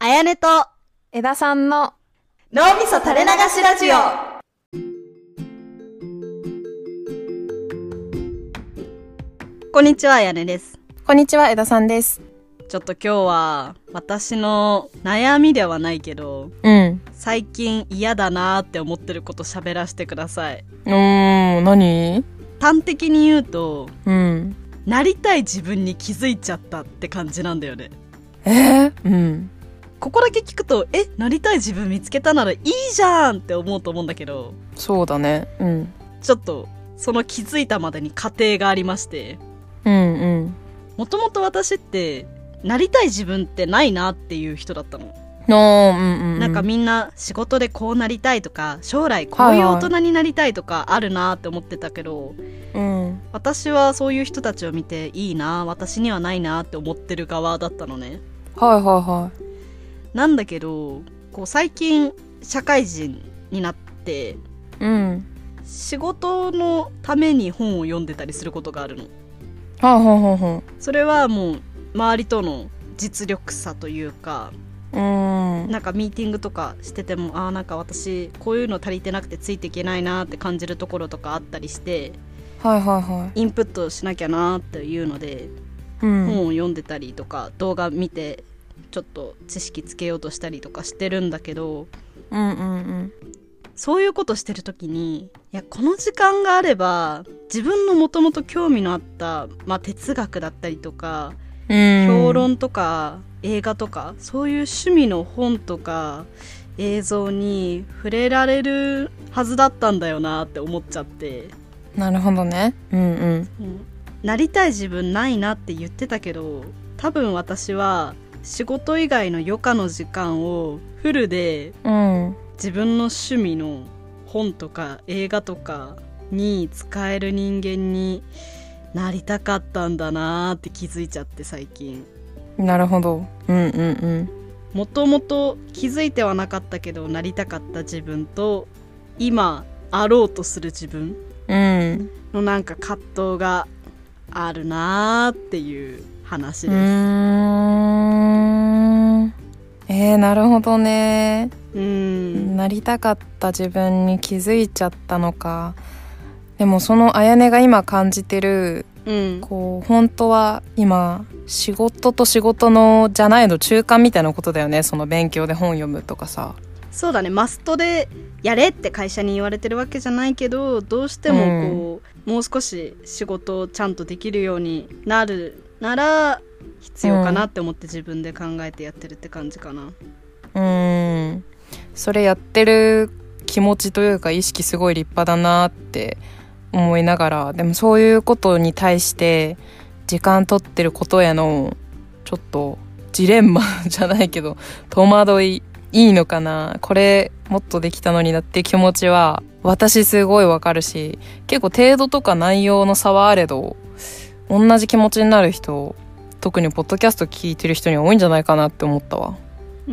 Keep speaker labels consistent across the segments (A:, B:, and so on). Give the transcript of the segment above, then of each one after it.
A: やねと、
B: 枝さんの
A: 脳みそ垂れ流しラジオ。こんにちは、やねです。
B: こんにちは枝さんです
A: ちょっと今日は、私の悩みではないけど、
B: うん
A: 最近嫌だなーって思ってること喋らせてください。
B: うーん何
A: 端的に言うと、
B: うん
A: なりたい自分に気づいちゃったって感じなんだよね。
B: えー、うん
A: ここだけ聞くと、え、なりたい自分見つけたならいいじゃんって思うと思うんだけど、
B: そうだねうん
A: ちょっと、その気づいたまでに過程がありまして、
B: うんうん
A: もともと私って、なりたい自分ってないなっていう人だったの。
B: のうんうんう
A: なんかみんな仕事でこうなりたいとか、将来こういう大人になりたいとかあるなって思ってたけど、
B: うん
A: 私はそういう人たちを見ていいな、私にはないなって思ってる側だったのね。
B: はいはいはい
A: なんだけど、こう最近社会人になって、
B: うん
A: 仕事のために本を読んでたりすることがあるの。
B: はいはいはいはい
A: それはもう周りとの実力差というか
B: うーん
A: なんかミーティングとかしててもああんか私こういうの足りてなくてついていけないなって感じるところとかあったりして
B: はいはいは
A: インプットしなきゃなっていうので、
B: いうん
A: 本を読んでたりとか動画見てちょっと知識つけようとしたりとかしてるんだけど
B: うんうん
A: そういうことしてる時にいやこの時間があれば自分のもともと興味のあった、まあ、哲学だったりとか
B: うん
A: 評論とか映画とかそういう趣味の本とか映像に触れられるはずだったんだよなって思っちゃって、
B: なるほどねうんうん
A: なりたい自分ないなって言ってたけど多分私は仕事以外の余暇の時間をフルで
B: うん
A: 自分の趣味の本とか映画とかに使える人間になりたかったんだなって気づいちゃって最近。
B: なるほどうんうんうん
A: もともと気づいてはなかったけどなりたかった自分と今あろうとする自分
B: うん
A: のなんか葛藤があるなーっていう話
B: う
A: です。
B: ーんえー、なるほどね
A: うん、
B: なりたかった自分に気づいちゃったのかでもそのあやねが今感じてる
A: うん、
B: こう本当は今仕事と仕事のじゃないの中間みたいなことだよねその勉強で本読むとかさ
A: そうだねマストでやれって会社に言われてるわけじゃないけどどうしてもこう、もう少し仕事をちゃんとできるようになるなら必要かなって思って自分で考えてやってるって感じかな。
B: うーんそれやってる気持ちというか意識すごい立派だなって思いながらでもそういうことに対して時間取ってることへのちょっとジレンマじゃないけど戸惑いいいのかなこれもっとできたのになっていう気持ちは私すごいわかるし結構程度とか内容の差はあれど同じ気持ちになる人特にポッドキャスト聞いてる人には多いんじゃないかなって思ったわ。
A: う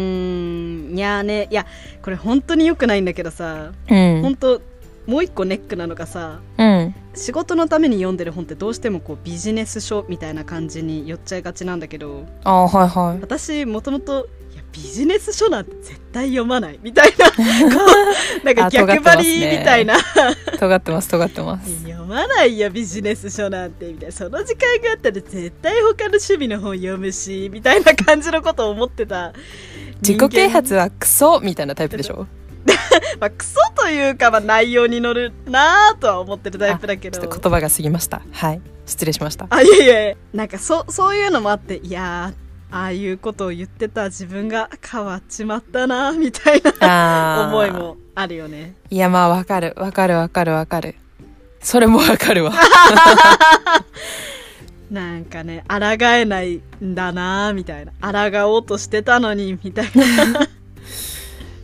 A: ーんいやーねいやこれ本当に良くないんだけどさ、
B: うん
A: 本当もう一個ネックなのがさ
B: うん
A: 仕事のために読んでる本ってどうしてもこうビジネス書みたいな感じに寄っちゃいがちなんだけど
B: ああはいはい
A: 私もともといやビジネス書なんて絶対読まないみたいなこうなんか
B: あ尖って
A: 逆
B: ますね
A: 張りみたいな、
B: 尖ってます尖ってます
A: 読まないよビジネス書なんてみたいなその時間があったら絶対他の趣味の本読むしみたいな感じのことを思ってた
B: 自己啓発はクソみたいなタイプでしょ
A: まあ、クソというか、まあ、内容に乗るなぁとは思ってるタイプだけ
B: ち
A: ど
B: ょっと言葉が過ぎましたはい失礼しました
A: あいやいやいやなんかそそういうのもあっていやーああいうことを言ってた自分が変わっちまったなぁみたいな
B: あ ー
A: 思いもあるよね
B: いやまあわかるわかるわかるわかるそれもわか るわ
A: なんかね抗えないんだなぁみたいな抗おうとしてたのにみたいな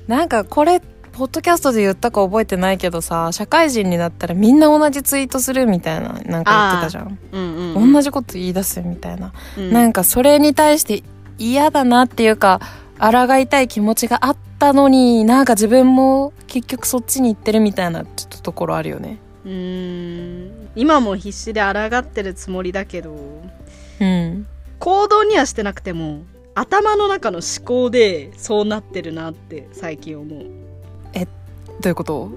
B: なんかこれポッドキャストで言ったか覚えてないけどさ社会人になったらみんな同じツイートするみたいななんか言ってたじゃん、
A: うんうん、
B: 同じこと言い出すみたいな
A: うん
B: なんかそれに対して嫌だなっていうか抗いたい気持ちがあったのになんか自分も結局そっちに行ってるみたいなちょっとところあるよね。
A: うーん今も必死で抗ってるつもりだけど
B: うん、
A: 行動にはしてなくても頭の中の思考でそうなってるなって最近思う
B: どういうこと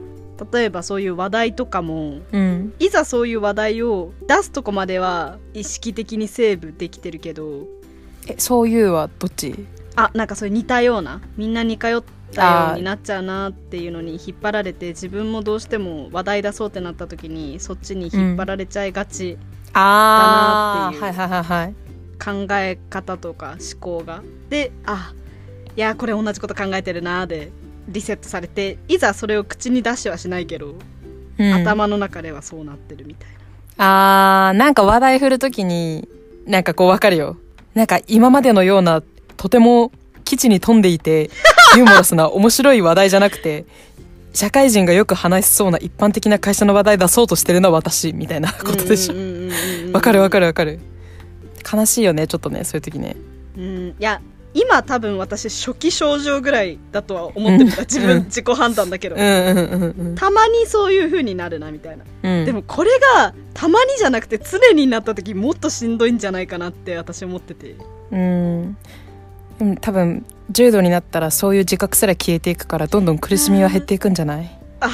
A: 例えばそういう話題とかも
B: うん
A: いざそういう話題を出すとこまでは意識的にセーブできてるけど
B: えそういうはどっち
A: あなんかそういう似たようなみんな似通ったようになっちゃうなっていうのに引っ張られて自分もどうしても話題出そうってなった時にそっちに引っ張られちゃいがち、だな
B: あ
A: っていう
B: はいはいはいはい
A: 考え方とか思考がであいやこれ同じこと考えてるなでリセットされていざそれを口に出しはしないけど、
B: うん、
A: 頭の中ではそうなってるみたいな
B: あー、なんか話題振るときに、なんかこうわかるよ。なんか今までのような、とても基地に富んで いて、ユーモラスな面白い話題じゃなくて、社会人がよく話しそうな一般的な会社の話題出そうとしてるのは私、みたいなことでしょ。
A: ょ
B: わかるわか
A: る、
B: るわかる。悲しいよね、ちょっとね、そういう時ね。
A: うん、いや今多分私初期症状ぐらいだとは思ってみた自
B: うん
A: 分自己判断だけど、
B: うんうんうんうん
A: たまにそういう風になるなみたいな、
B: うん。
A: でもこれがたまにじゃなくて常になった時もっとしんどいんじゃないかなって私思ってて
B: うん。でも多分、重度になったらそういう自覚すら消えていくから、どんどん苦しみは減っていくんじ ゃない
A: あ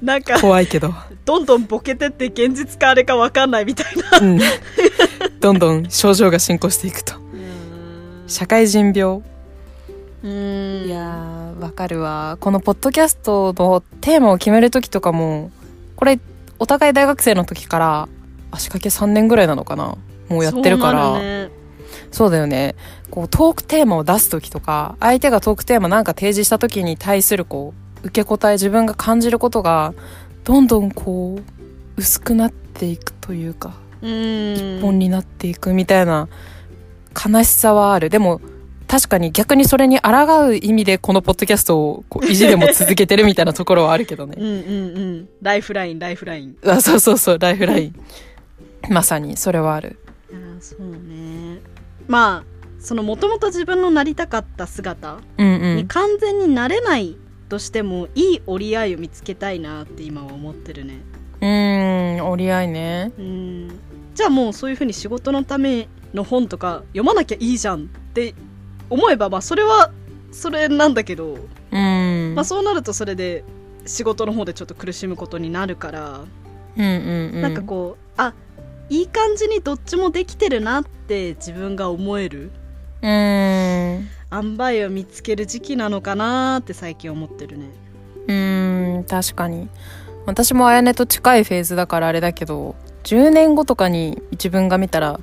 A: なんか
B: 怖いけど。
A: どんどんボケてって現実かあれか分かんないみたいな
B: うんどんどん症状が進行していくと社会人病
A: うん
B: いやーわかるわこのポッドキャストのテーマを決める時とかもこれお互い大学生の時から足掛け3年ぐらいなのかなもうやってるから
A: そ
B: そう
A: な
B: う,、
A: るね
B: だよねこうトークテーマを出す時とか相手がトークテーマなんか提示した時に対するこう受け答え自分が感じることがどんどんこう薄くなっていくというか
A: うん
B: 一本になっていくみたいな悲しさはあるでも確かに逆にそれに抗う意味でこのポッドキャストをこう意地でも続けてるみたいなところはあるけど
A: う
B: ね
A: んうんうんライフラインライフライン
B: あそうそうそうライフラインまさにそれはある
A: あーそうねまあそのもともと自分のなりたかった姿
B: うん
A: に完全になれないとしても、いい折り合いを見つけたいなって今は思ってるね
B: うんうん折り合いね
A: うんじゃあもうそういうふうに仕事のための本とか読まなきゃいいじゃんって思えばまあそれはそれなんだけど、
B: うん
A: まあ、そうなるとそれで仕事の方でちょっと苦しむことになるから、
B: うんうんうん
A: なんかこうあいい感じにどっちもできてるなって自分が思える
B: うん
A: 塩梅を見つける時期なのかなーって最近思ってるね
B: うん確かに私もあやねと近いフェーズだからあれだけど10年後とかに自分が見たら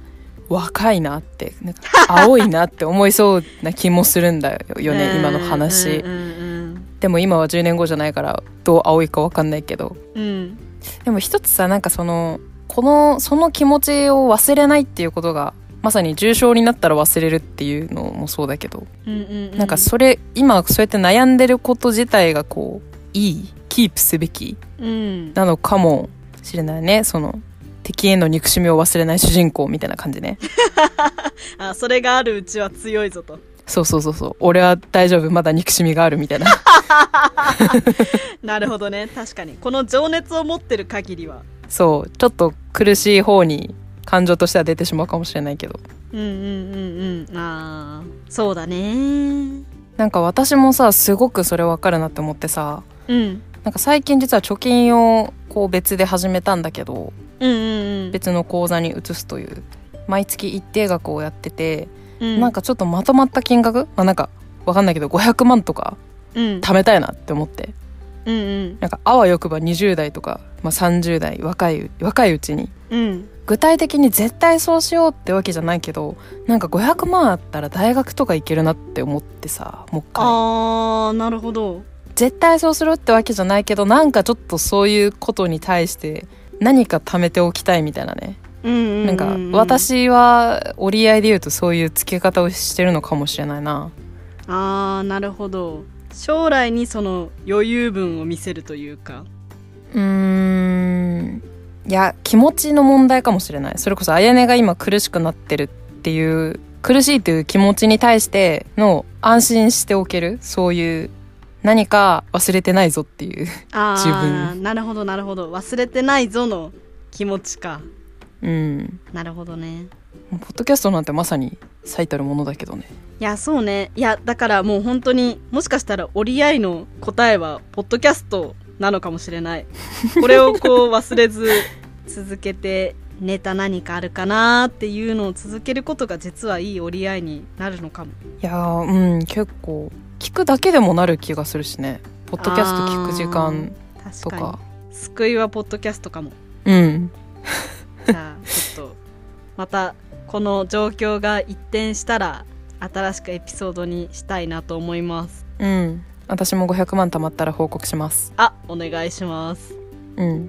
B: 若いなってなん か青いなって思いそうな気もするんだよね今の話
A: うんうん
B: でも今は10年後じゃないからどう青いか分かんないけど
A: うんうん
B: でも一つさなんかそのこのその気持ちを忘れないっていうことがまさに重症になったら忘れるっていうのもそうだけど
A: うんうんう
B: なんかそれ今そうやって悩んでること自体がこういいキープすべき
A: うん
B: なのかもしれないねその敵への憎しみを忘れない主人公みたいな感じね
A: あそれがあるうちは強いぞと
B: そうそうそうそう俺は大丈夫まだ憎しみがあるみたいな
A: なるほどね確かにこの情熱を持ってる限りは
B: そうちょっと苦しい方に感情としては出てしまうかもしれないけど
A: うんうんうんうんあーそうだね
B: なんか私もさすごくそれわかるなって思ってさ
A: うん
B: なんか最近実は貯金をこう別で始めたんだけど
A: うんうん
B: 別の口座に移すという毎月一定額をやってて、
A: うん
B: なんかちょっとまとまった金額まあなんかわかんないけど500万とか
A: うん
B: 貯めたいなって思って
A: うんうん
B: なんかあわよくば20代とか、まあ、30代若いう若いうちに
A: うん
B: 具体的に絶対そうしようってわけじゃないけどなんか500万あったら大学とか行けるなって思ってさもう一回
A: あーなるほど
B: 絶対そうするってわけじゃないけどなんかちょっとそういうことに対して何か貯めておきたいみたいなね、
A: うんうんう
B: なんか私は折り合いで言うとそういう付け方をしてるのかもしれないな
A: あーなるほど将来にその余裕分を見せるというか
B: うーんいや気持ちの問題かもしれないそれこそあやねが今苦しくなってるっていう苦しいという気持ちに対しての安心しておけるそういう何か忘れてないぞっていう
A: あ
B: 自
A: あなるほどなるほど忘れてないぞの気持ちか
B: うん
A: なるほどね
B: ポッドキャストなんてまさに最たるものだけどね
A: いやそうねいやだからもう本当にもしかしたら折り合いの答えはポッドキャストなのかもしれない これをこう忘れず続けてネタ何かあるかなっていうのを続けることが実はいい折り合いになるのかも
B: いやーうん結構聞くだけでもなる気がするしねポッドキャスト聞く時間
A: 確
B: とか
A: かに救いはポッドキャストかも
B: うん
A: じゃあちょっとまたこの状況が一転したら新しくエピソードにしたいなと思います
B: うん私も500万貯まったら報告します
A: あお願いします
B: うん